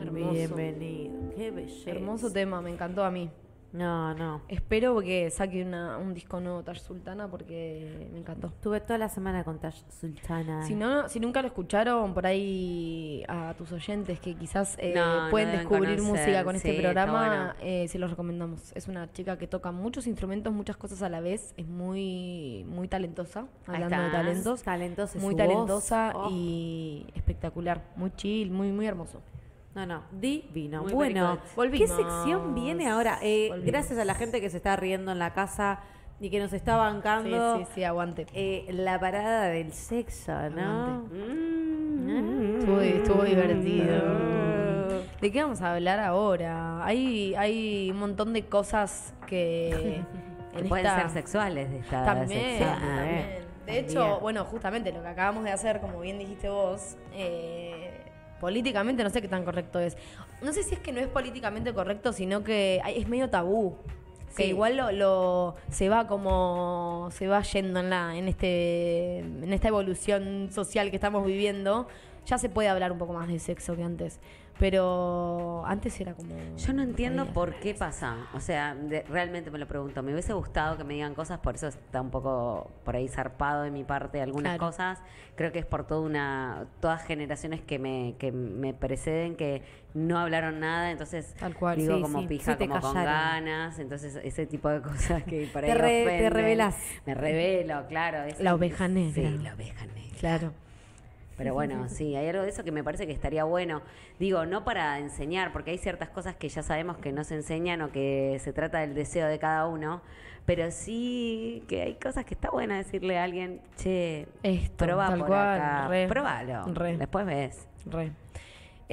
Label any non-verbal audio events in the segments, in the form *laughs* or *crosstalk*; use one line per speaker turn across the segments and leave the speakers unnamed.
Hermoso.
Bienvenido. Qué belleza.
Hermoso tema, me encantó a mí.
No, no.
Espero que saque una- un disco nuevo Tash Sultana porque me encantó.
Estuve toda la semana con Tash
Ah.
Sultana.
Si, no, si nunca lo escucharon, por ahí a tus oyentes que quizás eh,
No, no
pueden
deben
descubrir
conocer,
música con este
sí, está
programa, eh, se los recomendamos. Es una chica que toca muchos instrumentos, muchas cosas a la vez. Es muy, muy talentosa,
Ahí
hablando de
está.
talentos.
Talentosa es
Muy
su
talentosa
voz. Oh.
y espectacular. Muy chill, muy, muy hermoso.
Oh. No, no, divino.
Muy
bueno,
vertical.
¿qué
Volvimos.
sección viene ahora? Eh,
Volvimos.
gracias a la gente que se está riendo en la casa y que nos está bancando
Sí, sí, sí, aguante.
eh, la parada del sexo, ¿no?
Aguante.
Mm.
Estuvo, estuvo divertido.
Mm.
¿De qué vamos a hablar ahora? Hay, hay un montón de cosas que.
*laughs* Que
Ah.
en
pueden
esta-
ser sexuales de esta
También,
sección.
también.
Eh.
De hecho,
También.
bueno, justamente lo que acabamos de hacer, como bien dijiste vos, eh, políticamente no sé qué tan correcto es. No sé si es que no es políticamente correcto, sino que ay, es medio tabú. Que
Sí.
igual lo, lo- se va como se va yendo en la en este en esta evolución social que estamos viviendo. Ya se puede hablar un poco más de sexo que antes, pero antes era como
Yo no entiendo
Ay,
por qué pasa. O sea, de- realmente me lo pregunto. Me hubiese gustado que me digan cosas, por eso está un poco por ahí zarpado de mi parte algunas
Claro.
cosas. Creo que es por toda una, todas generaciones que me, que me preceden que no hablaron nada, entonces
Tal cual.
digo
Sí,
como
sí,
pija,
se te
como con
callaron.
ganas, entonces ese tipo de cosas que por ahí
Te re- te
ofenden.
revelás.
Me revelo, claro. es-
La oveja negra.
Sí, la oveja negra.
Claro.
Pero bueno, sí, hay algo de eso que me parece que estaría bueno. Digo, no para enseñar, porque hay ciertas cosas que ya sabemos que no se enseñan o que se trata del deseo de cada uno, pero sí que hay cosas que está buena decirle a alguien, che,
Esto,
probá
tal
por
cual,
acá,
re,
probalo,
re.
después ves.
Re.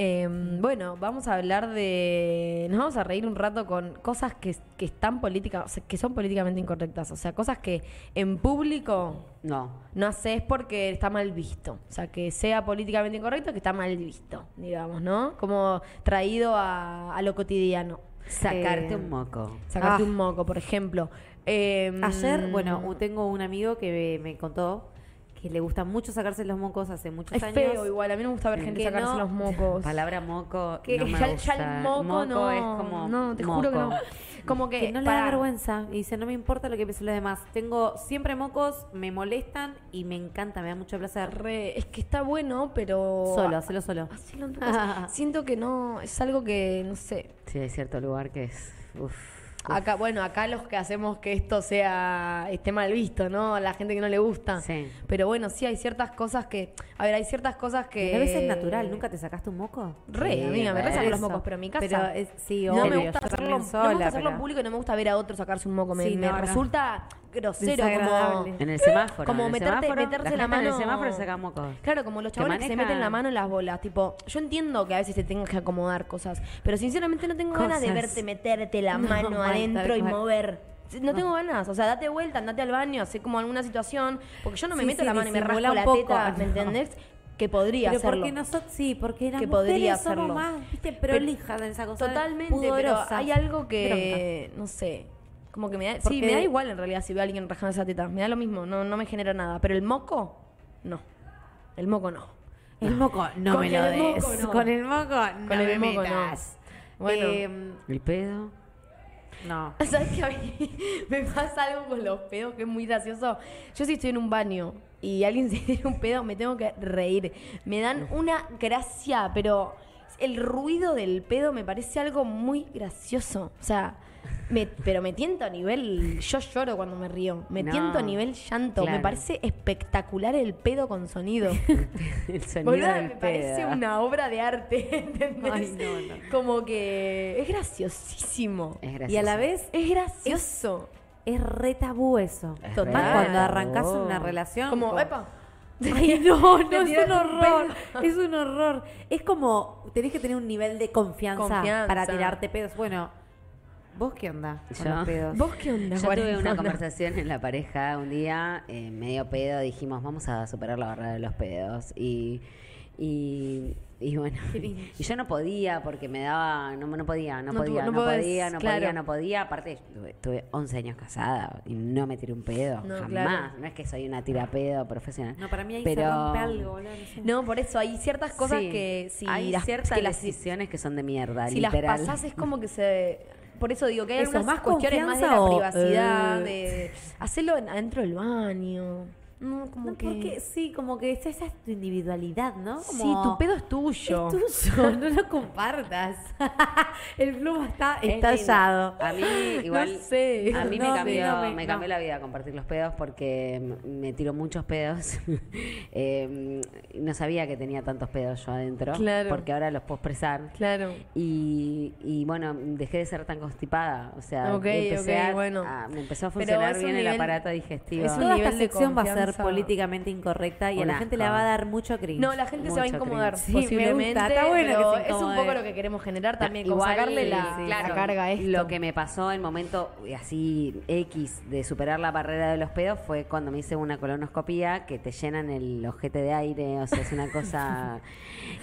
Eh, bueno, vamos a hablar de. Nos vamos a reír un rato con cosas que, que están políticas, que son políticamente incorrectas. O sea, cosas que en público
No,
no haces porque está mal visto. O sea, que sea políticamente incorrecto, que está mal visto, digamos, ¿no? Como traído a, a lo cotidiano.
sacarte
Eh,
un moco.
Sacarte
Ah.
un moco, por ejemplo. Eh,
Ayer, bueno, u- tengo un amigo que me, me contó que le gusta mucho sacarse los mocos hace muchos
es
años.
feo igual. A mí no me gusta ver gente
Que
sacarse
no-
los mocos.
Palabra moco,
Que
no me
ya, ya
gusta.
el moco, no.
es como
No, te juro que no.
moco.
Como que.
Que no le
pará.
da vergüenza. Y dice, no me importa lo que piensen los demás. Tengo siempre mocos, me molestan y me encanta, me da mucho placer.
Re- es que está bueno, pero.
Solo, hacelo solo.
Hacelo en
*laughs*
tu casa. Siento que no. Es algo que, no sé.
Sí, hay cierto lugar que es... uf.
Acá, bueno, acá los que hacemos que esto sea esté mal visto, ¿no? A la gente que no le gusta.
Sí.
Pero bueno, sí hay ciertas cosas que, a ver, hay ciertas cosas que
Y a veces es natural, ¿nunca te sacaste un moco?
Re,
Sí,
amiga, me
re.
re saco los
Eso.
mocos, pero en mi casa.
Pero es- sí,
no me
obvio,
gusta
yo
hacerlo,
también
no me
sola,
gusta hacerlo en
pero-
público y no me gusta ver a otro sacarse un moco. Me,
Sí,
me
no, no.
resulta grosero
Desagradable.
como.
En el semáforo.
Como
en el
meterte,
semáforo,
meterse la,
la, gente
mano.
En el semáforo saca mocos.
Claro, como los
Que
chavales que se
manejan.
meten la mano en las bolas. Tipo, yo entiendo que a veces te tengas que acomodar cosas, pero sinceramente no tengo ganas de
Cosas.
verte meterte
*laughs*
la
No,
mano
mal,
adentro
tal
y
cual.
mover. No, tengo ganas. O sea, date vuelta, andate al baño, hacé como alguna situación. Porque yo no me
Sí,
meto
sí,
la mano y me rasco
disimula
la
un poco.
teta, ¿me
No. *laughs*
entendés? Que podría
Pero
hacerlo.
porque nosotros, sí, porque las
Que
mujeres
podría hacerlo.
somos más, viste, prolijas en esa cosa.
Totalmente, pero
pudorosas.
hay algo
Bronca.
que, no sé, como que me da, sí,
Porque-
me da igual en realidad si veo a alguien rajando esa teta, me da lo mismo, no, no me genera nada, pero el moco, no, el moco no.
El moco, no
Con
me lo
el
des.
moco, no.
Con el moco, no
Con el
me
moco, no.
metas.
Bueno.
Eh,
El pedo. *laughs*
no.
*laughs* ¿Sabes que a mí me pasa algo con los pedos que es muy gracioso? Yo si estoy en un baño y alguien *laughs* se tira un pedo, me tengo que reír. Me dan una gracia, pero el ruido del pedo me parece algo muy gracioso. O sea, me- pero me tiento a nivel... Yo lloro cuando me río. Me
No,
tiento a nivel llanto. Me
claro.
parece espectacular el pedo con sonido.
*laughs* El sonido
Boluda,
del
me parece
pedo.
una obra de arte, *laughs* ¿entendés?
Ay,
*laughs*
no, no.
Como que es graciosísimo.
Es
Y a
gracioso.
la vez
Es gracioso.
es re tabú eso.
Es
Total.
Más
re
cuando
tabú.
arrancás
Oh.
una relación.
Como, epa. *laughs*
Ay, no, no,
Te
es un
tiraste un
horror.
pedo.
Es un horror. Es como, tenés que tener un nivel de confianza,
Confianza.
para tirarte pedos. Bueno, ¿vos qué onda con
Yo.
los pedos?
¿Vos qué onda?
Yo
Juan?
tuve
No,
una
no.
conversación en la pareja un día, eh, medio pedo, dijimos, vamos a superar la barrera de los pedos. Y, y Y bueno,
Qué lindo.
y yo no podía porque me daba, no, no podía, no,
No
podía,
tuvo-
no,
no podés,
podía, no podía,
claro.
no podía. Aparte, estuve, estuve 11 años casada y no me tiré un pedo,
No,
jamás.
claro.
No es que soy una tirapedo profesional.
No, para mí ahí
Pero-
se rompe algo, boludo. No, sé.
No, por eso hay ciertas cosas
Sí,
que si
hay
las,
ciertas
que las-
decisiones que son de mierda,
si las
literal.
pasás es como que se... Por eso digo que hay
Eso,
algunas
¿más
cuestiones más de la
confianza o,
privacidad,
eh?
de hacerlo en- adentro del baño. No, como
No,
que...
porque sí, como que esa, esa es tu individualidad, ¿no?
Sí,
Como-
tu pedo es tuyo. *laughs*
Es tuyo, no lo compartas. El pluma está
Es lindo.
estallado.
A mí
*laughs*
igual
No sé.
a mí
No,
me
sí,
cambió,
no, me-
me,
no.
cambió la vida compartir los pedos porque m- me tiró muchos pedos. *laughs* Eh, no sabía que tenía tantos pedos yo adentro
Claro.
porque ahora los puedo expresar.
Claro.
Y, y bueno, dejé de ser tan constipada. O sea,
Ok,
empecé
ok,
a-
bueno.
a- me empezó a
Pero
funcionar
es un
bien el
nivel-
aparato digestivo.
*laughs* es un
Toda esta
nivel de
sección va a ser
confianza.
políticamente incorrecta y a
Un
la gente
asco.
le va a dar mucho cringe.
No, la gente se va a
Mucho
incomodar
cringe. Sí, me
posiblemente.
gusta, está bueno
pero
que se
es un
incomode.
poco lo que queremos generar también, como
Igual,
sacarle la,
sí,
la
claro,
carga a esto.
Lo que me pasó en momento uy, así X de superar la barrera de los pedos fue cuando me hice una colonoscopía que te llenan el ojete de aire, o sea, es
*laughs*
una cosa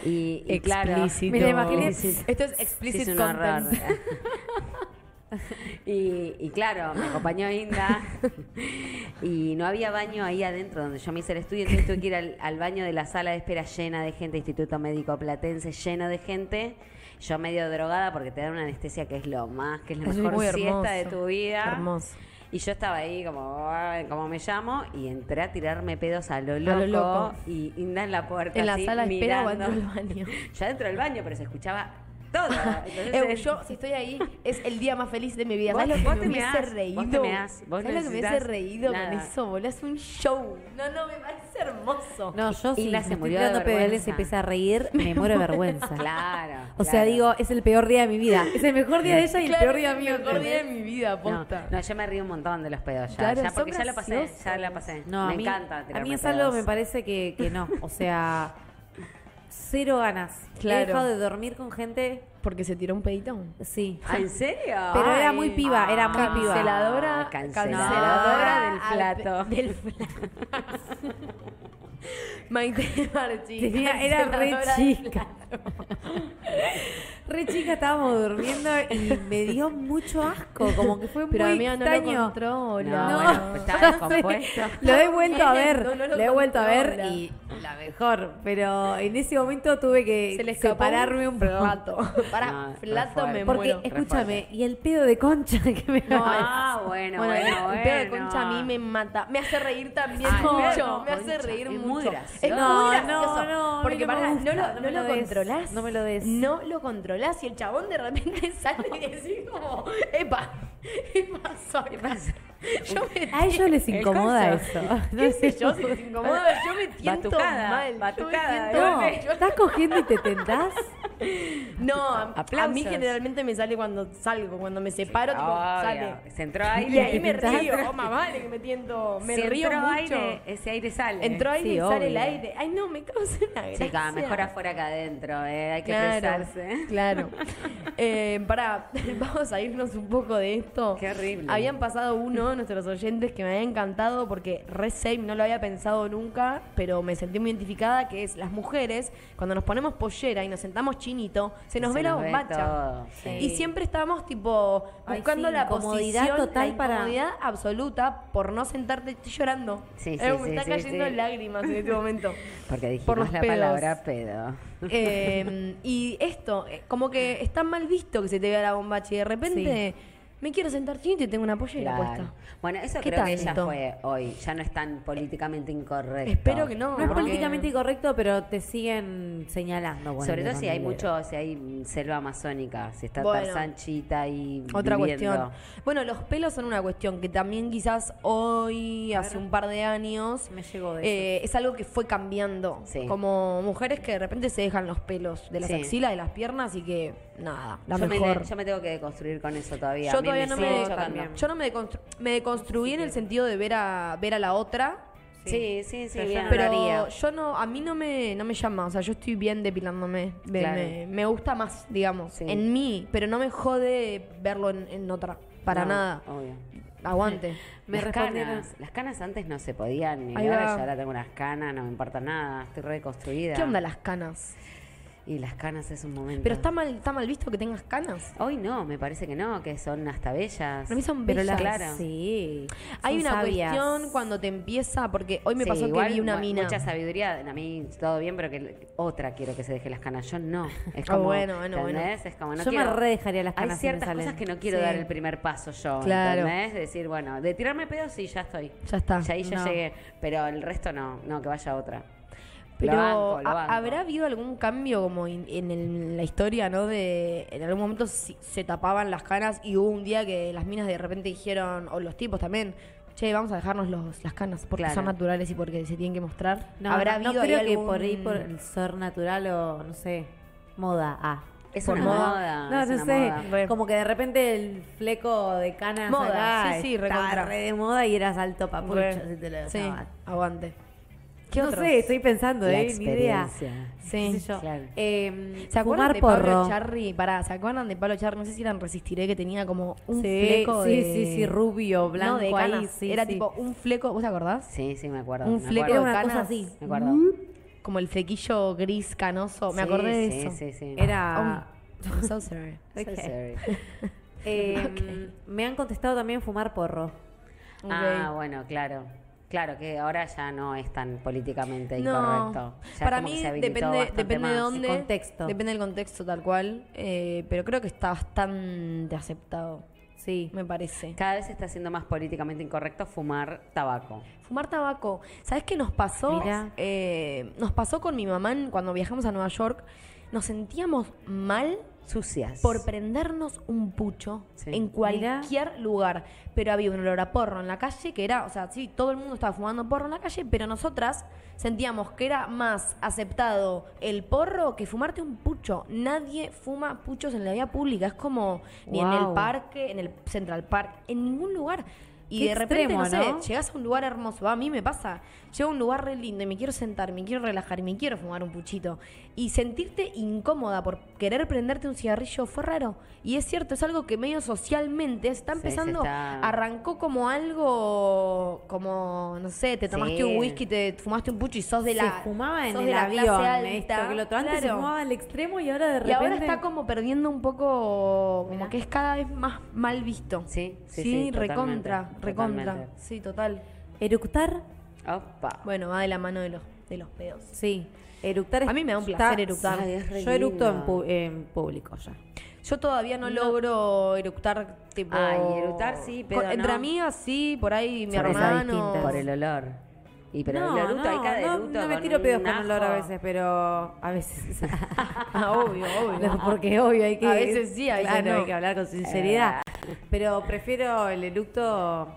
y, y claro,
Explícito.
Me la imaginé-
esto es explicit
explícito
content.
*laughs* Y, y claro, me acompañó Inda *laughs* y no había baño ahí adentro donde yo me hice el estudio, entonces tuve que ir al, al baño de la sala de espera llena de gente, Instituto Médico Platense lleno de gente, yo medio drogada porque te dan una anestesia que es lo más, que es la
Es
mejor
muy
siesta
hermoso,
de tu vida.
hermoso.
Y yo estaba ahí como, "Ay, ¿cómo me llamo? Y entré a tirarme pedos a lo loco,
lo loco.
y Inda en la puerta.
En la
así,
sala de espera o
mirando.
adentro del baño.
*laughs* Ya dentro del baño, pero se escuchaba todo.
*laughs*
Entonces,
Eu,
eh,
yo, si estoy ahí, es el día más feliz de mi vida.
Vos-
¿Sabes lo
vos
que
te
me hubiese
meás, vos
reído?
te meás, vos
¿Sabes lo que me hubiese
necesitas
reído
nada.
con eso, boludo? Es un show. No, no, me parece hermoso.
No, yo sí.
Hilda
me
se
estoy
murió de
tirando pedales y
vergüenza.
empieza a *laughs* reír, me muero de vergüenza.
*laughs*
*laughs* Claro.
O sea,
claro.
digo, es el peor día de mi vida. Es el mejor día de ella y el
Claro,
peor día
es el
mío.
mejor día de
¿entendés?
mi vida,
No,
posta.
no, yo me río un montón de los pedos ya.
Claro,
ya
son
porque ya la pasé,
graciosos.
ya la pasé.
No,
me
a mí,
encanta
A
tirarme
mí es algo
pedos.
que me parece que, que no. O sea, cero ganas.
Claro.
He dejado de dormir con gente,
Porque se tiró un pedito.
sí.
Ah, ¿En serio?
Pero era
Ay.
muy piba, era muy piba.
Canceladora,
Canceladora. Ah,
canceladora del
al-
plato. Del plato. *laughs* Maite Marchi.
Tenía- *laughs* era re
canceladora del
chica. Re chica estábamos durmiendo y me dio mucho asco, como que fue
Pero
muy
amiga, no
extraño.
lo controla.
No,
No.
bueno,
*laughs*
pues estaba descompuesto.
lo he vuelto a ver,
No, no lo
lo he vuelto a ver
controla.
y la mejor, pero en ese momento tuve que
Se le escapó
separarme un poco. *laughs*
plato. Para,
No, re
plato
fuerte.
me
Porque
muero.
escúchame, y el pedo de concha *laughs* que me
*laughs* No,
Ah, bueno, bueno, bueno.
eh,
el pedo de concha a mí me mata. Me hace reír también
Ay,
mucho.
no,
me hace
concha,
reír
es muy
mucho.
gracioso.
Es
No,
muy
no,
gracioso.
no, a mí
porque
no me
pará,
gusta,
no lo,
no me
no
lo
lo
des,
controlás.
no me lo des.
No lo controlás. Y el chabón de repente *laughs* sale y decís como, epa, epa, sorry. Yo me
A ellos les
El
incomoda
concha.
eso. *laughs*
¿Qué sé yo si les *laughs* incomoda? Yo me tiento
Batucada,
mal.
batucada,
Yo
No,
me tiento mal.
estás cogiendo y te tentás.
No, a, a mí
Aplausos.
generalmente me sale cuando salgo, cuando me separo, tipo,
Obvio.
sale.
*laughs* Se entró
Y
aire.
ahí me
Intentás-
río, oh mamá, de que me tiento, me
Si
río
entró
mucho.
aire, ese aire sale.
Entró aire
Sí,
y sale el
obvio.
aire. Ay, no, me causa una gracia.
Chica, mejor afuera que adentro, eh. Hay que
Claro,
expresarse. *laughs*
claro. Eh, pará, *laughs* vamos a irnos un poco de esto.
Qué horrible.
Habían pasado uno, nuestros oyentes, que me había encantado porque re same, no lo había pensado nunca, pero me sentí muy identificada, que es las mujeres, cuando nos ponemos pollera y nos sentamos chinito, se nos
Se
ve la
nos ve
bombacha.
todo, sí.
Y siempre estamos tipo
Ay,
buscando
sí,
la
incomodidad
posición,
total
la
para-
incomodidad absoluta por no sentarte, estoy llorando.
Sí,
Eh,
sí,
me
sí,
está
sí,
cayendo
sí.
lágrimas en este
*laughs*
momento.
Porque dijimos
Por los
la
pedos.
palabra pedo.
Eh, y esto, eh, como que está mal visto que se te vea la bombacha y de repente me quiero sentar chinito y tengo una pollera
Claro.
puesta.
Bueno, eso
¿Qué
creo que ya
tanto?
fue hoy. Ya no es tan políticamente incorrecto.
Espero que no,
No es
porque-
políticamente correcto, pero te siguen señalando. ponele,
Sobre todo si hay
ponele.
mucho, si hay mm, selva amazónica, si está
Bueno.
Tarzán Chita y
Otra cuestión. Bueno, los pelos son una cuestión que también quizás hoy, hace un par de años,
Me llegó de
eh, es algo que fue cambiando.
Sí.
Como mujeres que de repente se dejan los pelos de las
Sí.
axilas, de las piernas y que nada, la
yo,
mejor.
Me, yo me tengo que deconstruir con eso todavía.
Yo
A mí
todavía no me,
sigue
de-
chocando.
también.
yo no me, deconstru- me deconstruí en el sentido de ver a ver a la otra,
Sí, sí, sí,
Pero yo
bien.
no
pero
lo haría.
yo no, a mí no me, no me llama, o sea, yo estoy bien depilándome, me,
Claro.
me- me gusta más, digamos,
Sí.
en mí, pero no me jode verlo en, en otra, para
No,
nada,
obvio. *laughs*
aguante.
Me
las
respondieron-
canas, las canas antes no se podían, ni
Ahí
ahora
va.
yo ahora tengo unas canas, no me importa nada, estoy reconstruida.
¿Qué onda las canas?
Y las canas es un momento.
Pero está mal, está mal visto que tengas canas.
Hoy no, me parece que no, que son hasta bellas.
Para mí son
Pero las
bellas.
Claro.
sí.
Hay
son
una
sabias.
cuestión cuando te empieza, porque hoy me
Sí,
pasó
igual,
que vi una
mu-
mina.
Mucha sabiduría, a mí todo bien, pero que l- otra quiero que se deje las canas. Yo no. Es
*laughs*
como,
bueno, bueno, bueno.
¿entendés? Es como, no
Yo me
quiero-
re dejaría las
Hay
canas si me
ciertas cosas
salen.
que no quiero
Sí.
dar el primer paso yo,
Claro.
¿entendés? Decir, bueno, de tirarme pedos sí, ya estoy.
Ya está.
Ya ahí ya
No.
llegué, pero el resto no, no, que vaya otra.
Pero
lo banco, lo
¿ha-
banco.
habrá habido algún cambio como in- en, el- la historia, ¿no? De en algún momento si- se tapaban las canas y hubo un día que las minas de repente dijeron o los tipos también, che, vamos a dejarnos los, las canas porque
Claro.
son naturales y porque se tienen que mostrar.
No,
habrá
no, no
habido ahí
creo que
algún-
por ahí por el ser natural o no sé, moda ah.
Es
Por
una moda,
No,
es
no
una
sé.
moda.
Re.
Como que de repente el fleco de canas
Moda,
acá
sí, sí,
estaba
recontra.
re de moda y eras alto papucho,
Re.
si te lo
Sí,
dejabas.
aguante. ¿Qué
No
otros?
sé, estoy pensando,
La
eh, ni idea.
experiencia.
Sí.
Qué sé yo.
Claro.
Eh,
¿Se acuerdan
fumar
de Pablo
porro.
Charri? Pará, ¿se acuerdan de Pablo Charri? No sé si eran Resistiré, que tenía como un
sí,
fleco
sí,
de...
sí, sí, rubio, blanco
no, de
ahí,
canas.
sí,
Era
sí.
tipo un fleco, ¿vos te acordás?
Sí, sí, me acuerdo.
un
me
fleco
Era
de
acuerdo,
una
canas.
cosa así.
Me acuerdo.
Como el flequillo gris canoso. Me
Sí,
acordé de
sí,
eso. Ah,
Sí, Oh. sí,
Era
I'm so
*laughs*
sorry.
So
Ok.
sorry.
*laughs*
eh, me han contestado también fumar porro.
Ok.
Ah, bueno, claro. Claro, que ahora ya no es tan políticamente incorrecto. Ya
para
como que
mí
se habilitó
depende,
bastante
depende de
más.
dónde.
el contexto.
Depende del contexto tal cual. eh, pero creo que está bastante aceptado,
Sí.
me parece.
Cada vez se está haciendo más políticamente incorrecto fumar tabaco.
Fumar tabaco. ¿Sabes qué nos pasó?
Mirá.
Eh, nos pasó con mi mamá en- cuando viajamos a Nueva York. Nos sentíamos mal
Sucias.
por prendernos un pucho
Sí.
en cualquier lugar. Pero había un olor a porro en la calle que era, o sea, sí, todo el mundo estaba fumando porro en la calle, pero nosotras sentíamos que era más aceptado el porro que fumarte un pucho. Nadie fuma puchos en la vía pública. Es como ni en el
Guau.
parque, en el Central Park, en ningún lugar. Y
Qué
de repente,
extremo,
no sé,
¿no?
llegas a un lugar hermoso. A mí me pasa. Llego a un lugar re lindo y me quiero sentar, me quiero relajar, me quiero fumar un puchito. Y sentirte incómoda por querer prenderte un cigarrillo fue raro. Y es cierto, es algo que medio socialmente se está
Sí, se
empezando.
está-
Arrancó como algo, como, no sé, te tomaste
Sí.
un whisky, te fumaste un pucho y sos de la.
se fumaba en
sos
el
de la clase
avión,
alta.
esto que lo otro. Antes se
Claro.
fumaba al extremo y ahora de
Y
repente...
ahora está como perdiendo un poco, como que es cada vez más mal visto.
Sí, sí, sí, totalmente,
recontra, recontra.
totalmente.
Sí, total.
Eructar,
Opa.
Bueno, va de la mano de los, de los pedos.
sí. Eructar
A mí me da un placer eructar.
Ay, es re
Yo eructo en, pu-
lindo.
en público ya.
Yo todavía no, logro eructar, tipo...
Ay, eructar sí, pero
Con- Entre
no.
amigas sí, por ahí mi
Por eso
hermano...
distintas.
Por el olor. Y pero
no,
el eructo,
no,
hay cada
no,
eructo
no me
con
tiro
un
pedos con olor a
ajo.
veces, pero a veces.
Ah, obvio, obvio.
No, porque obvio hay que
A veces sí, a veces
Claro,
no.
hay que hablar con sinceridad. Pero prefiero el eructo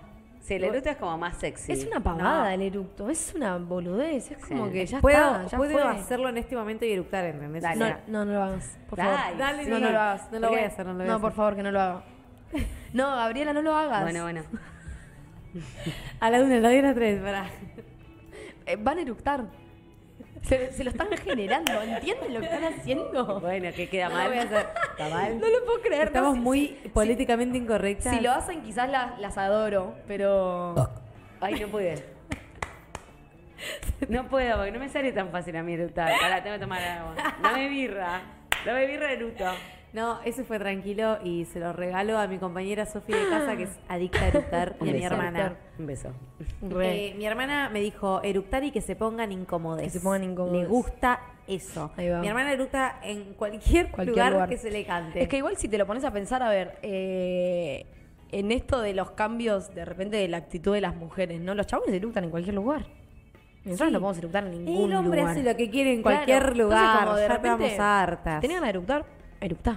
Sí, el eructo es como más sexy.
Es una pavada
No.
el eructo, es una boludez, es como
Sí.
que ya
puedo
está, ya
puedo
fue.
hacerlo en este momento y eructar, ¿entendés?
Dale.
O
No,
sea,
no, no lo hagas, por
Dale,
favor.
Dale,
No,
sí.
no lo hagas.
No lo voy
Porque-
a hacer, no lo voy a hacer.
por favor, que no lo haga. *laughs* No, Gabriela, no lo hagas.
Bueno, bueno.
A la una, a la dos y a las tres, pará.
Eh, van a eructar. Se, se lo están generando, ¿entienden lo que están haciendo?
Bueno, que queda
No lo voy a
mal.
hacer.
Está mal.
No lo puedo creer. no
Estamos
sé-
muy políticamente incorrectas.
Si lo hacen, quizás las, las adoro, pero.
Ay, no pude. No puedo, porque no me sale tan fácil a mí eructar. Ahora tengo que tomar agua. Dame birra. Dame birra eructo.
No, ese fue tranquilo y se lo regalo a mi compañera Sofía de casa, que es
*gasps*
adicta a eructar, y a mi
beso.
hermana.
Un beso.
Re.
Eh, mi hermana me dijo eructar y que se pongan incómodos.
Que se pongan incómodes.
Le gusta eso.
Ahí va.
Mi hermana eructa en cualquier,
Cualquier
lugar,
lugar.
que se le cante.
es que igual si te lo pones a pensar, a ver, eh, en esto de los cambios de repente de la actitud de las mujeres, ¿no? Los chabones eructan en cualquier lugar. Nosotros
Sí.
no podemos eructar en ningún
el
lugar.
hombre hace lo que quiere en
Claro.
cualquier
Entonces,
lugar.
como de
ya
repente,
estamos hartas.
si Tenés ganas de eructar, eructá.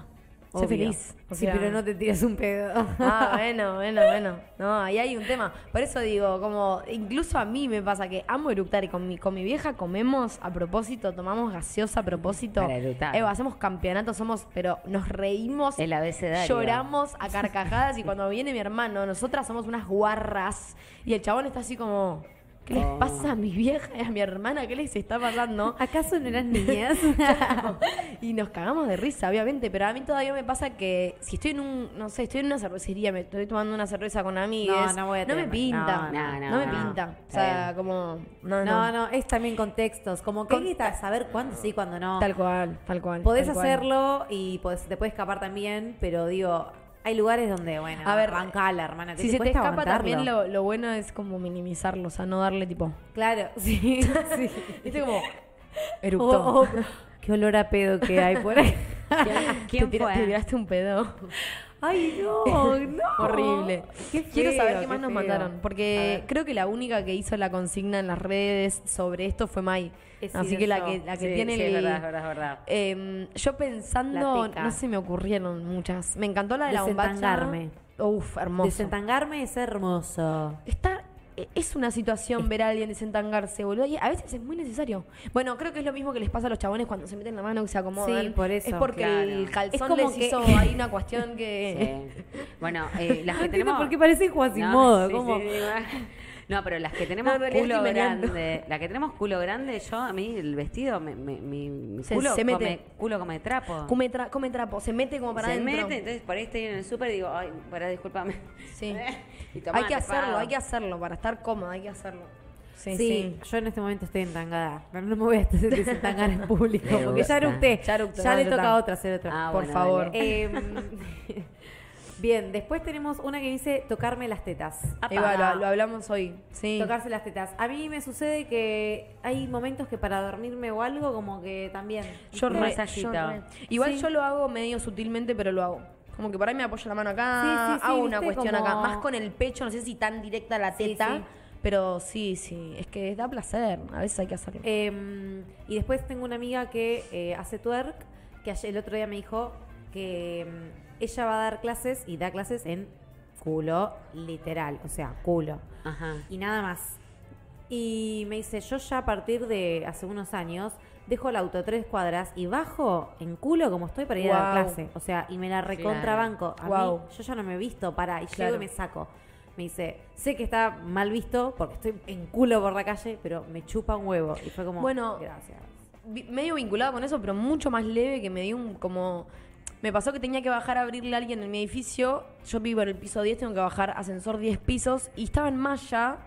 Sé
Obvio.
feliz. O
Sí,
sea-
pero no te tiras un pedo.
Ah, bueno, bueno, bueno. No, ahí hay un tema. Por eso digo, como incluso a mí me pasa que amo eructar y con mi, con mi vieja comemos a propósito, tomamos gaseosa a propósito.
Para eructar.
Eva, hacemos campeonatos, somos, pero nos reímos.
El abecedario.
Lloramos a carcajadas y cuando viene mi hermano, nosotras somos unas guarras y el chabón está así como... ¿Qué
Oh.
les pasa a mi vieja y a mi hermana? ¿Qué les está pasando?
¿Acaso no eran
*laughs*
niñas?
y nos cagamos de risa, obviamente, pero a mí todavía me pasa que si estoy en un, no sé, estoy en una cervecería, me estoy tomando una cerveza con amigues,
No, no voy a
me
tener-
pinta,
no, no,
me
no.
pinta, o
Está
sea,
bien.
como, no, no,
No, no, es también contextos. Como que hay que saber cuándo sí, cuándo no.
tal cual, tal cual.
Podés
tal cual.
hacerlo y podés- te puede escapar también, pero digo, hay lugares donde, bueno,
A ver,
bancala, hermana. que
Si se te
cuesta
escapa
aguantarlo.
también lo, lo bueno es como minimizarlo, o sea, no darle tipo,
*laughs* Claro, sí,
*laughs*
sí.
viste como
O-
eructó. *laughs*
o- qué olor a pedo que hay por ahí.
¿Quién,
te,
quién
tira-
fue?
te tiraste un pedo.
Ay,
*laughs*
no, no.
Horrible.
Qué
Quiero
feo,
saber qué más nos
feo.
mandaron.
A
Porque
ver.
creo que la única que hizo la consigna en las redes sobre esto fue Mai.
He sido
Así que la
yo.
que, la que
Sí,
tiene
sí,
el.
es verdad, es verdad, es verdad.
Em, yo pensando,
La pica.
no se me ocurrieron muchas. Me encantó la de la bombacha.
Desentangarme.
Uf, hermoso.
Desentangarme es hermoso.
Está, e- es una situación ver a alguien desentangarse, boludo. Y a veces es muy necesario. Bueno, creo que es lo mismo que les pasa a los chabones cuando se meten la mano y se acomodan.
Sí, por eso,
Es porque el
claro.
calzón
Es como
les
que-
hizo ahí una
*laughs*
cuestión que.
Sí. Bueno,
*laughs*
eh,
Ah,
las que
entiendo
tenemos.
por qué parece Quasimodo,
No, sí,
como-
sí, sí, bueno. No, pero las que tenemos
No, en realidad
culo
estoy meneando.
grande, la que tenemos culo grande, yo a mí el vestido, me- me- mi, mi
Se-
culo,
se mete.
Come, culo come trapo.
Come, tra- come trapo, se mete como para
se
adentro.
mete, entonces por ahí estoy en el súper y digo, ay, pará, discúlpame.
*laughs* Sí.
*laughs* Y tomá,
hay que
te
hacerlo,
pago.
hay que hacerlo. Para estar cómodo, hay que hacerlo.
Sí,
Sí, sí.
yo en este momento estoy entangada. Pero no me voy a *laughs* desentangar en público.
Me
Porque ya
gusta.
eructé.
Ya eructó,
Ya
no,
le
ya
toca
está.
a otra hacer otro.
Ah,
por
bueno,
favor.
dale.
Em, *laughs* bien, después tenemos una que dice tocarme las tetas.
Apa.
Eh, bueno, lo, lo hablamos hoy. Sí.
Tocarse las tetas. A mí me sucede que hay momentos que para dormirme o algo, como que también.
Yo
Un
re-
masajito.
yo re- Igual
Sí.
yo lo hago medio sutilmente, pero lo hago. Como que por ahí me apoyo la mano acá,
Sí, sí, sí,
hago una
viste,
cuestión acá.
como-
Más con el pecho, no sé si tan directa la
Sí,
teta,
sí.
pero sí, sí. Es que da placer. A veces hay que hacerlo.
Em, y después tengo una amiga que eh, hace twerk, que ayer- el otro día me dijo que em, ella va a dar clases y da clases en culo, literal, o sea, culo.
Ajá.
Y nada más. Y me dice, yo ya a partir de hace unos años dejo el auto tres cuadras y bajo en culo como estoy para ir a dar
Guau.
clase. O sea, y me la recontrabanco. A
Guau.
mí, yo ya no me he visto, para, y
Claro.
llego y me saco. Me dice, sé que está mal visto porque estoy en culo por la calle, pero me chupa un huevo. Y fue como,
Bueno,
gracias.
vi- medio vinculado con eso, pero mucho más leve que me dio un como... Me pasó que tenía que bajar a abrirle a alguien en mi edificio. Yo vivo en el piso 10, tengo que bajar ascensor 10 pisos. Y estaba en malla,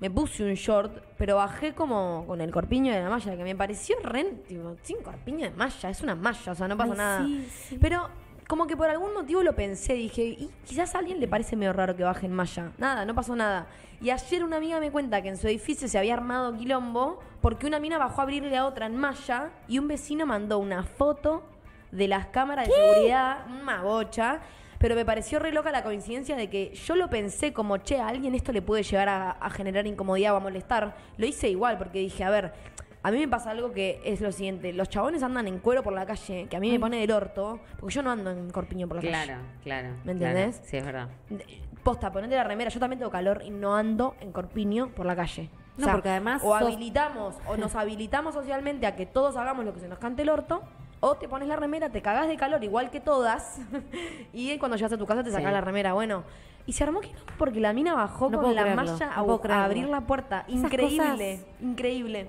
me puse un short, pero bajé como con el corpiño de la malla, que me pareció re... Tipo, sin corpiño de malla, es una malla, o sea, no pasa
Ay,
nada.
sí, sí.
Pero como que por algún motivo lo pensé, dije, y quizás a alguien le parece medio raro que baje en malla. Nada, no pasó nada. Y ayer una amiga me cuenta que en su edificio se había armado quilombo porque una mina bajó a abrirle a otra en malla y un vecino mandó una foto de las cámaras de seguridad, una bocha. Pero me pareció re loca la coincidencia de que yo lo pensé como, che, a alguien esto le puede llegar a, a generar incomodidad o a molestar. Lo hice igual porque dije, a ver, a mí me pasa algo que es lo siguiente. Los chabones andan en cuero por la calle, que a mí me pone del orto, porque yo no ando en corpiño por la
Claro, claro.
¿Me
claro.
entendés?
Sí, es verdad.
calle. Posta, ponete la remera. Yo también tengo calor y no ando en corpiño por la calle.
No, porque además
O
sos-
habilitamos,
*laughs*
o nos habilitamos socialmente a que todos hagamos lo que se nos cante el orto, o te pones la remera, te cagás de calor igual que todas, *laughs* y cuando llegas a tu casa te sacás
Sí.
la remera. Bueno. Y se armó quilombo porque la mina bajó
No
con
puedo
la
creerlo,
malla
no
a-
puedo
a,
creerlo.
abrir la puerta.
Esas
Increíble,
cosas-
increíble.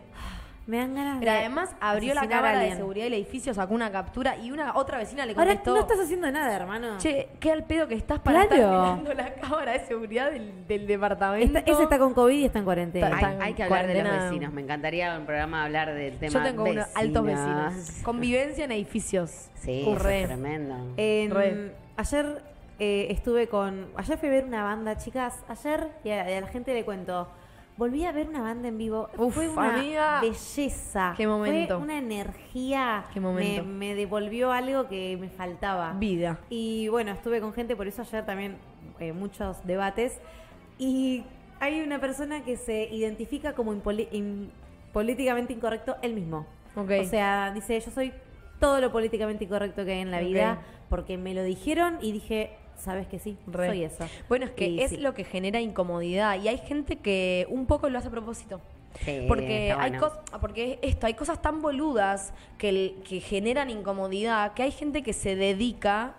Me dan ganas
Pero
de
además abrió la
asesinar a
cámara de
alguien.
seguridad del edificio, sacó una captura y una otra vecina le
Ahora
contestó.
no estás haciendo nada, hermano.
Che, qué al pedo que estás para estar
Claro.
mirando la cámara de seguridad del, del departamento.
Está- ese está con COVID y está en cuarentena.
Está-
Hay,
está-
hay que hablar de los
cuarentena.
vecinos. Me encantaría en un programa hablar del tema
Yo tengo unos altos vecinos.
vecinos.
Convivencia en edificios.
Sí,
Uh,
eso
re.
es tremendo.
Eh,
En-
Re.
ayer eh, estuve con. Ayer fui a ver una banda, chicas. Ayer, y a, y a la gente le cuento. Volví a ver una banda en vivo.
Uf,
Fue una
amiga.
belleza.
Qué momento.
Fue una energía.
Qué momento.
Me, me devolvió algo que me faltaba.
Vida.
Y bueno, estuve con gente, por eso ayer también eh, muchos debates. Y hay una persona que se identifica como impoli- in- políticamente incorrecto él mismo.
Ok.
O sea, dice, yo soy todo lo políticamente incorrecto que hay en la
Ok.
vida porque me lo dijeron y dije, sabes que sí,
Re.
soy eso.
Bueno, es que
Y
es
sí.
lo que genera incomodidad y hay gente que un poco lo hace a propósito.
Sí,
Porque
está
hay
bueno.
cosas, porque esto, hay cosas tan boludas que, el- que generan incomodidad, que hay gente que se dedica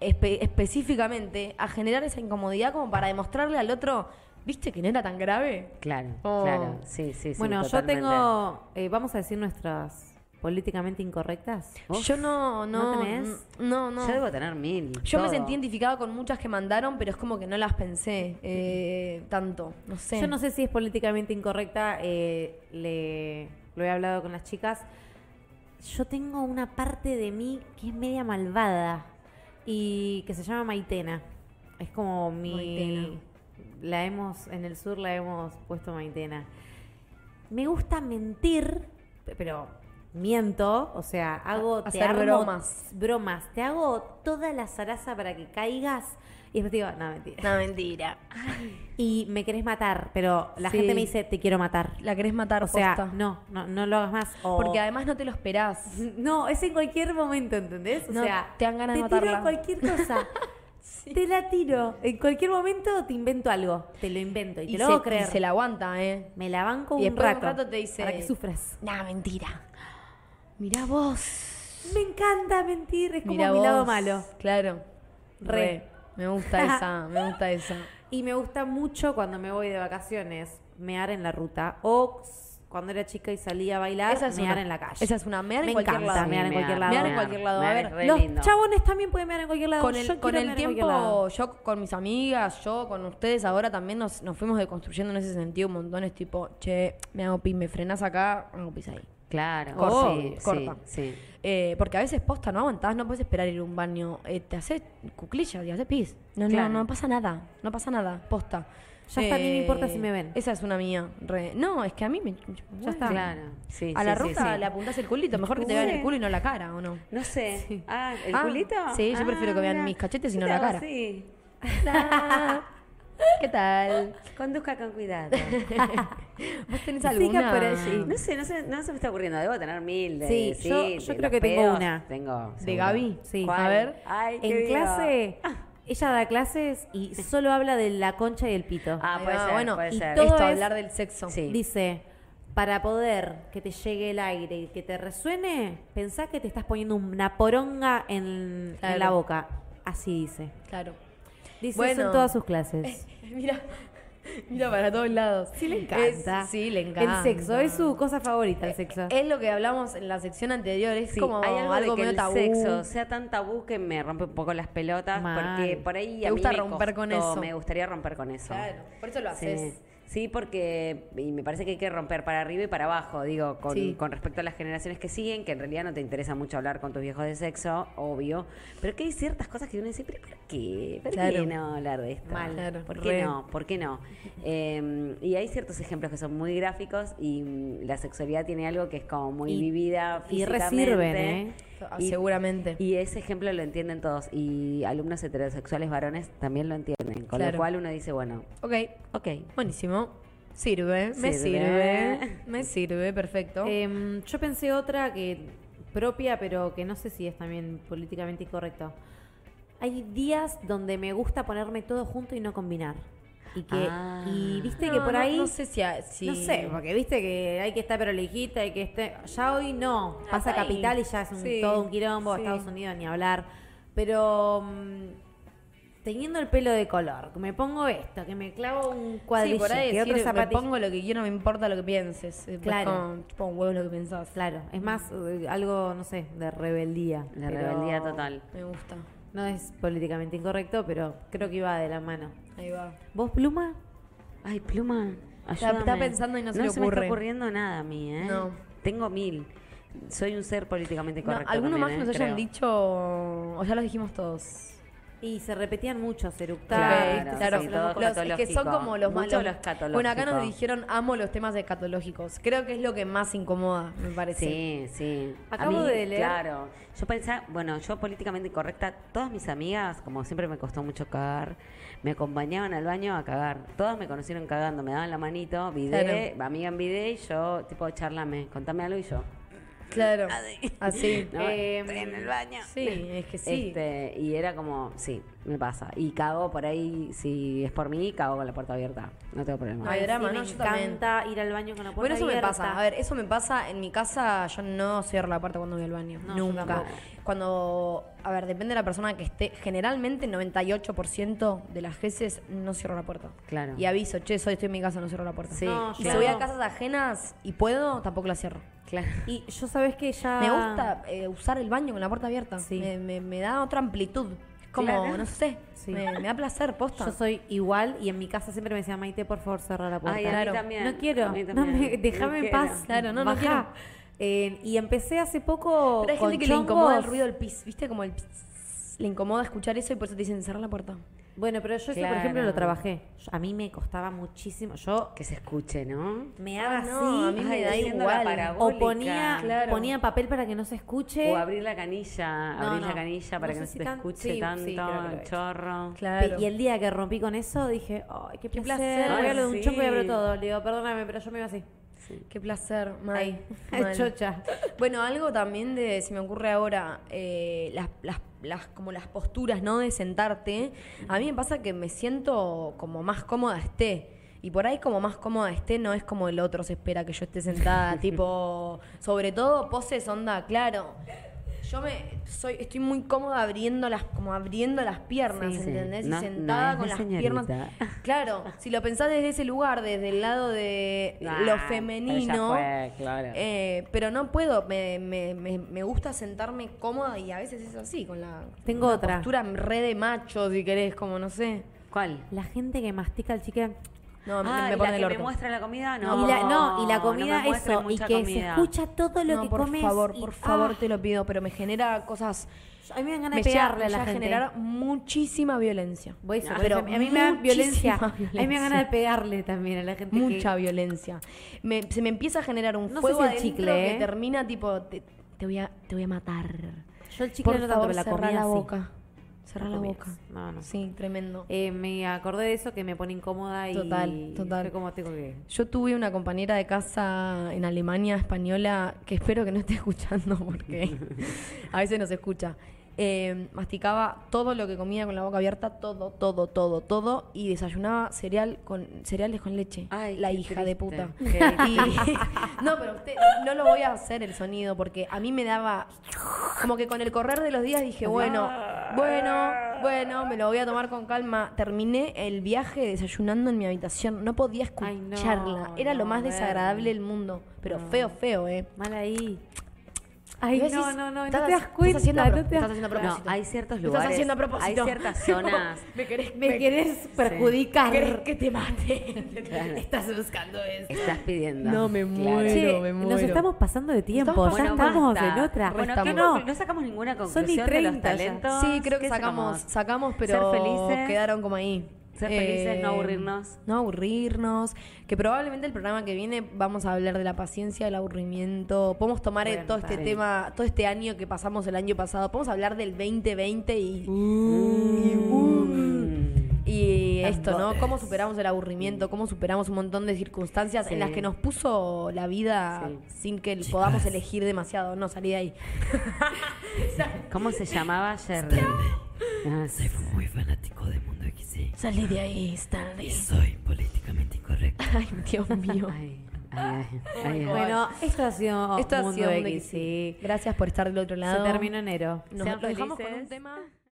espe- específicamente a generar esa incomodidad como para demostrarle al otro, ¿Viste que no era tan grave?
Claro,
Oh.
claro. Sí, sí, sí.
bueno, yo
totalmente.
tengo, eh, vamos a decir nuestras políticamente incorrectas.
Uf.
Yo no, no.
¿No tenés?
No, no.
Yo debo tener mil.
Yo me
todo.
sentí identificada con muchas que mandaron, pero es como que no las pensé eh, tanto. No sé.
Yo no sé si es políticamente incorrecta, eh, le, lo he hablado con las chicas. Yo tengo una parte de mí que es media malvada y que se llama Maitena. Es como mi...
Maitena.
La hemos, en el sur la hemos puesto Maitena. Me gusta mentir, pe- pero miento, o sea, hago
A-
te
hacer
armo
bromas.
bromas, te hago toda la zaraza para que caigas y después te digo, no, mentira.
No, mentira.
Y me querés matar, pero la
Sí.
gente me dice, te quiero matar.
La querés matar,
O sea,
posta.
no, no, no lo hagas más. O-
Porque además no te lo esperás.
*laughs* No, es en cualquier momento, ¿entendés? O
No,
sea,
te dan ganas
Te
de matarla.
tiro cualquier
*laughs*
cosa. Te la tiro. En cualquier momento te invento algo. Te lo invento y, te lo
se,
hago creer.
se la aguanta, ¿eh?
Me la banco
Y
un
después de
rato.
un rato te dice-
Para que sufras.
Nah, mentira. Mirá vos.
Me encanta mentir. Es como
Mirá
mi
vos.
lado malo.
Claro.
Re.
Re. Me gusta
*laughs*
esa, me gusta esa.
Y me gusta mucho cuando me voy de vacaciones, mear en la ruta. O s- cuando era chica y salía a bailar,
Esa es
mear
una.
en la calle.
Esa es una. Mear en
me
cualquier
encanta
lado.
mear en
Sí,
cualquier
mear.
lado.
Mear en cualquier lado, a
mear
ver,
es re
Los
lindo.
chabones también pueden mear en cualquier lado.
Con el,
Yo
con
quiero
el
mear en cualquier lado.
tiempo, yo con mis amigas, yo con ustedes ahora también nos, nos fuimos deconstruyendo en ese sentido un montón. Es tipo, che, me hago pis, me frenás acá, hago pis ahí.
Claro,
Corta,
sí,
corta.
sí, sí.
Eh, porque a veces posta, no aguantás, no puedes esperar ir a un baño. Eh, te haces cuclillas y haces pis. No,
Claro.
no, no pasa nada. No pasa nada, posta. Eh,
Ya está, ni me importa si me ven.
Esa es una mía. re. No, es que a mí me.
Ya está.
Claro, sí,
a
sí,
la
sí,
rosa
sí.
le apuntás el culito, mejor que te vean el
Sí.
culo y no la cara,
*laughs*
¿o no?
No sé. Ah, ¿el
Ah,
culito? Ah,
sí, yo prefiero que vean mis cachetes y no la cara.
Sí. *laughs*
¿Qué tal?
Conduzca con
*laughs*
cuidado.
¿Vos tenés
Siga
alguna?
por allí.
No sé, no sé, no se me está ocurriendo. Debo tener mil de
Sí, yo-
de
yo creo
los
que tengo
pedos.
una.
Tengo.
¿De Gaby?
Sí.
A ver.
Ay, qué
en
viva.
clase, ella da clases
*laughs*
y solo habla de la concha y el pito.
Ah,
Ahí
puede
va,
ser,
bueno,
puede
y
ser.
todo
Esto,
es-
hablar
hablar del sexo.
Sí.
Dice, para poder que te llegue el aire y que te resuene, pensá que te estás poniendo una poronga en,
Claro.
en la boca. Así dice.
Claro.
Dice
Bueno. eh,
eso en todas sus clases.
*laughs* Mira, mira para todos lados.
Sí, le encanta.
Es- sí, le encanta. Eh,
El sexo, es su cosa favorita, el sexo.
Es lo que hablamos en la sección anterior, es
Sí,
como
hay algo, de que
medio
el
tabú.
sexo sea tan tabú que me rompe un poco las pelotas
Mal.
porque por ahí
Te
a mí
gusta
me
romper con
costó,
eso.
me gustaría romper con eso.
Claro, por eso lo haces.
Sí. Sí, porque y me parece que hay que romper para arriba y para abajo, digo, con,
Sí.
con respecto a las generaciones que siguen, que en realidad no te interesa mucho hablar con tus viejos de sexo, obvio, pero que hay ciertas cosas que uno dice, pero ¿por qué? ¿Por
Claro.
qué no hablar de esto?
Mal. Claro,
¿Por qué
re.
no? ¿Por qué no? Eh, y hay ciertos ejemplos que son muy gráficos y mm, la sexualidad tiene algo que es como muy
Y-
vivida
y re
físicamente.
sirven, ¿eh?
Ah,
Y-
Seguramente.
y ese ejemplo lo entienden todos. Y alumnos heterosexuales varones también lo entienden. Con
Claro.
lo cual uno dice, bueno,
ok,
ok.
buenísimo. Sirve, me
Sirve.
sirve, me sirve, perfecto.
Em, yo pensé otra que propia, pero que no sé si es también políticamente incorrecto. Hay días donde me gusta ponerme todo junto y no combinar. Y que
Ah.
y viste
No,
que por
no-
ahí
No, sé si... a- si-
no sé, porque viste que hay que estar pero lejita, hay que estar ya hoy no, pasa
ahí.
capital y ya es un-
Sí,
todo un quilombo,
sí.
Estados Unidos ni hablar. Pero mm, teniendo el pelo de color, que me pongo esto, que me clavo un
Sí,
cuadrillito,
por ahí
que otro
decir, me
zapatillo".
pongo lo que quiero, no me importa lo que pienses.
Claro.
Claro. Chupa un huevo lo que pensás.
Claro, es más eh, algo, no sé, de rebeldía.
La
pero
rebeldía total.
Me gusta.
No es políticamente incorrecto, pero creo que iba de la mano.
Ahí va.
¿Vos, Pluma?
Ay, pluma.
Está-
ayúdame.
está pensando y no se le
me está
ocurre.
ocurriendo nada a mí, ¿eh?
No.
Tengo mil. Soy un ser políticamente
No,
correcto.
¿Alguno
también,
más que
¿eh?
nos hayan
Creo.
dicho o ya los dijimos todos?
Y se repetían muchos eructar.
Claro,
¿viste?
claro.
Se
sí,
los
todo
hago con-
Los- es que son
escatológico.
como los más
Mucho
los-
lo escatológico.
Bueno, acá nos dijeron amo los temas escatológicos. Creo que es lo que más incomoda, me parece.
Sí, sí. A
Acabo
mí,
de leer-
Claro. Yo pensaba, bueno, yo políticamente correcta, todas mis amigas, como siempre me costó mucho cagar, me acompañaban al baño a cagar. Todas me conocieron cagando, me daban la manito, vidé, amiga en vidé, y yo, tipo, charlame, contame algo y yo.
Claro.
Así.
Así.
*laughs* No,
Eh,
estoy en el baño.
Sí, es que sí.
Este, y era como, sí, me pasa. Y cago por ahí, si es por mí, cago con la puerta abierta. No tengo problema.
No hay drama,
sí,
¿no?
Me
Yo
encanta ir al baño con la puerta
Bueno, eso me
abierta.
pasa. A ver, eso me pasa. En mi casa yo no cierro la puerta cuando voy al baño.
No, yo
Nunca.
tampoco.
Cuando, a ver, depende de la persona que esté. Generalmente 98% de las veces no cierro la puerta.
Claro.
Y aviso, che, soy, estoy en mi casa, no cierro la puerta.
Sí,
No,
Y
claro.
si voy a casas ajenas y puedo, tampoco la cierro.
Claro.
Y yo sabes que ya...
Me gusta eh, usar el baño con la puerta abierta.
Sí.
Me, me- me da otra amplitud. Como,
Claro.
no sé,
Sí.
me, me da placer, posta.
Yo soy igual y en mi casa siempre me decía, Maite, por favor, cerra la puerta.
Ay, a mí
Claro.
también.
No quiero,
A mí
no
también.
me- déjame
No
en
quiero.
paz.
Claro, no, no
bajá.
quiero.
Eh, y empecé hace poco
*laughs* Pero hay
con
gente que le
chongos.
incomoda el ruido del pis, ¿viste? Como el pis. Le incomoda escuchar eso y por eso te dicen cerrar la puerta.
Bueno, pero yo eso,
Claro.
por ejemplo, lo trabajé. Yo- A mí me costaba muchísimo. Yo
Que se escuche, ¿no?
me
Ah,
haga
no, a
así
mí me
Ay,
da
haciendo la
igual.
parabólica.
o ponía,
Claro.
ponía papel para que no se escuche.
O abrir la canilla,
No,
abrir
no.
la canilla para
No
que
sé
no
si
se te
tan-
escuche
sí, sí,
tanto
creo que lo he
el
hecho.
chorro.
Claro.
Y el día que rompí con eso, dije, ay, qué,
Qué
placer.
placer.
Voy a lo de un
Sí.
chongo y abro todo. Le digo, perdóname, pero yo me iba así.
Qué placer, mal,
Ay, *laughs*
mal.
chocha.
Bueno, algo también de, se me ocurre ahora, eh, las, las- las- como las posturas, ¿no? De sentarte. A mí me pasa que me siento como más cómoda esté. Y por ahí como más cómoda esté, no es como el otro se espera que yo esté
*laughs*
sentada, tipo, sobre todo poses onda, claro. Yo me soy, estoy muy cómoda abriendo las, como abriendo las piernas,
Sí, sí.
¿entendés?
No-
y
no
sentada
es
con
de
las piernas.
señorita.
Claro, si lo pensás desde ese lugar, desde el lado de
Ah,
lo
pero ya
femenino.
fue, claro.
eh, pero no puedo, me, me- me- me gusta sentarme cómoda y a veces es así, con la
Tengo
una
otra.
postura re de macho, si querés, como no sé.
¿Cuál?
La gente que mastica el chicle.
No, me-
Ah,
me
¿y
pone
la
el
que me
orto.
muestra la comida, no.
No, y la, no, y la
Ah, no
comida,
me muestre
eso. Y
mucha
que se
comida.
escucha todo lo
No,
que
por
comes.
favor,
y-
por favor,
ah,
te lo pido, pero me genera cosas.
a mí me dan ganas
Me
de
llega,
pegarle a
me
la
llega a
gente.
generar muchísima violencia.
Voy eso,
Ah,
pero a mí me da violencia.
muchísima
A mí me
violencia.
dan ganas de pegarle también a la gente. que-
Mucha violencia. Me- se me empieza a generar un
No sé
fuego
si el
adentro
chicle,
que
¿eh?
termina tipo, te, te voy, a, te voy a matar.
Yo el chicle
Por
no tanto,
favor,
pero la
cerrá
comida
la
sí.
boca. Cerrá la,
La comida
boca.
sí. No, no.
Sí, tremendo.
Eh, me acordé de eso que me pone incómoda y.
Total, total.
fue como tengo que.
Yo tuve una compañera de casa en Alemania, española, que espero que no esté *laughs* escuchando porque a veces no se escucha. Eh, masticaba todo lo que comía con la boca abierta, todo, todo, todo, todo, y desayunaba cereal con cereales con leche.
Ay,
la
qué
hija de
triste.
puta.
Qué
*laughs* Y- no, pero usted, no lo voy a hacer el sonido porque a mí me daba como que con el correr de los días dije, bueno, bueno, bueno, me lo voy a tomar con calma. Terminé el viaje desayunando en mi habitación. No podía
Ay, no,
escucharla. Era lo
no,
más
Verne.
desagradable del mundo. Pero feo, feo, ¿eh?
Mal ahí.
Y
Ay,
vos
no,
decís,
no, no, no te
estás-
das
estás
cuenta.
haciendo a pro-
no te
estás
das-
haciendo a
No,
propósito.
hay ciertos
Lo
lugares.
estás haciendo a propósito.
Hay ciertas zonas.
*laughs* me querés,
Me querés perjudicar.
querés que te *laughs* mate.
Claro.
Estás buscando eso.
Estás pidiendo.
No, me muero.
Che,
Pero
Che,
me
nos
muero.
estamos pasando de tiempo.
Estamos
ya
pasando-
estamos
basta.
en otra.
Bueno,
Estamos-
¿qué no, no sacamos ninguna conclusión
ni
de
30
los
ya.
talentos.
Sí, creo que
¿Qué
sacamos, sacamos, pero
Ser felices.
quedaron como ahí. Eh,
Ser felices, no aburrirnos.
No aburrirnos. Que probablemente el programa que viene vamos a hablar de la paciencia, el aburrimiento. Podemos tomar eh, todo este
sí.
tema, todo este año que pasamos el año pasado. Podemos hablar del 2020 y,
Uh,
Mm. y esto, ¿no? Cómo superamos el aburrimiento, cómo superamos un montón de circunstancias en
Sí.
las que nos puso la vida sin que podamos elegir demasiado. No, salí de ahí.
¿Cómo se llamaba ayer? Ah, sí.
muy fanático del mundo XC
Salí de ahí, Stanley.
soy políticamente incorrecto.
Ay, *laughs* Dios mío.
Ay, ay, ay, ay, ay.
Bueno, esto ha sido
Esto ha
Mundo
sido Mundo
XC.
Gracias por estar del otro lado.
Se terminó enero.
Nos
Sean
lo dejamos con un
felices.
tema.